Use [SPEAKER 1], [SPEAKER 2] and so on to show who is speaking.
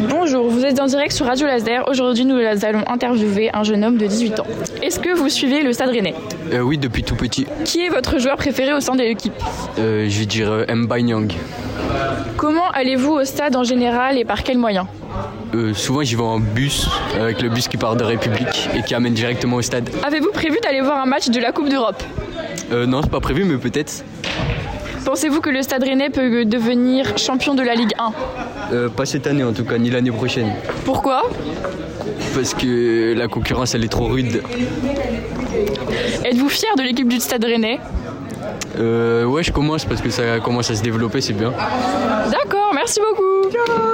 [SPEAKER 1] Bonjour, vous êtes en direct sur Radio Laser. Aujourd'hui, nous allons interviewer un jeune homme de 18 ans. Est-ce que vous suivez le Stade Rennais
[SPEAKER 2] Euh, oui, depuis tout petit.
[SPEAKER 1] Qui est votre joueur préféré au sein de l'équipe
[SPEAKER 2] Euh, je vais dire euh, Mbanyang.
[SPEAKER 1] Comment allez-vous au stade en général et par quels moyens
[SPEAKER 2] Euh, souvent, j'y vais en bus, euh, avec le bus qui part de République et qui amène directement au stade.
[SPEAKER 1] Avez-vous prévu d'aller voir un match de la Coupe d'Europe
[SPEAKER 2] Euh, non, c'est pas prévu, mais peut-être.
[SPEAKER 1] Pensez-vous que le Stade Rennais peut euh, devenir champion de la Ligue 1
[SPEAKER 2] Euh, pas cette année en tout cas, ni l'année prochaine.
[SPEAKER 1] Pourquoi
[SPEAKER 2] Parce que la concurrence, elle est trop rude.
[SPEAKER 1] Êtes-vous fier de l'équipe du Stade Rennais
[SPEAKER 2] Euh, ouais, je commence parce que ça commence à se développer, c'est bien.
[SPEAKER 1] D'accord, merci beaucoup.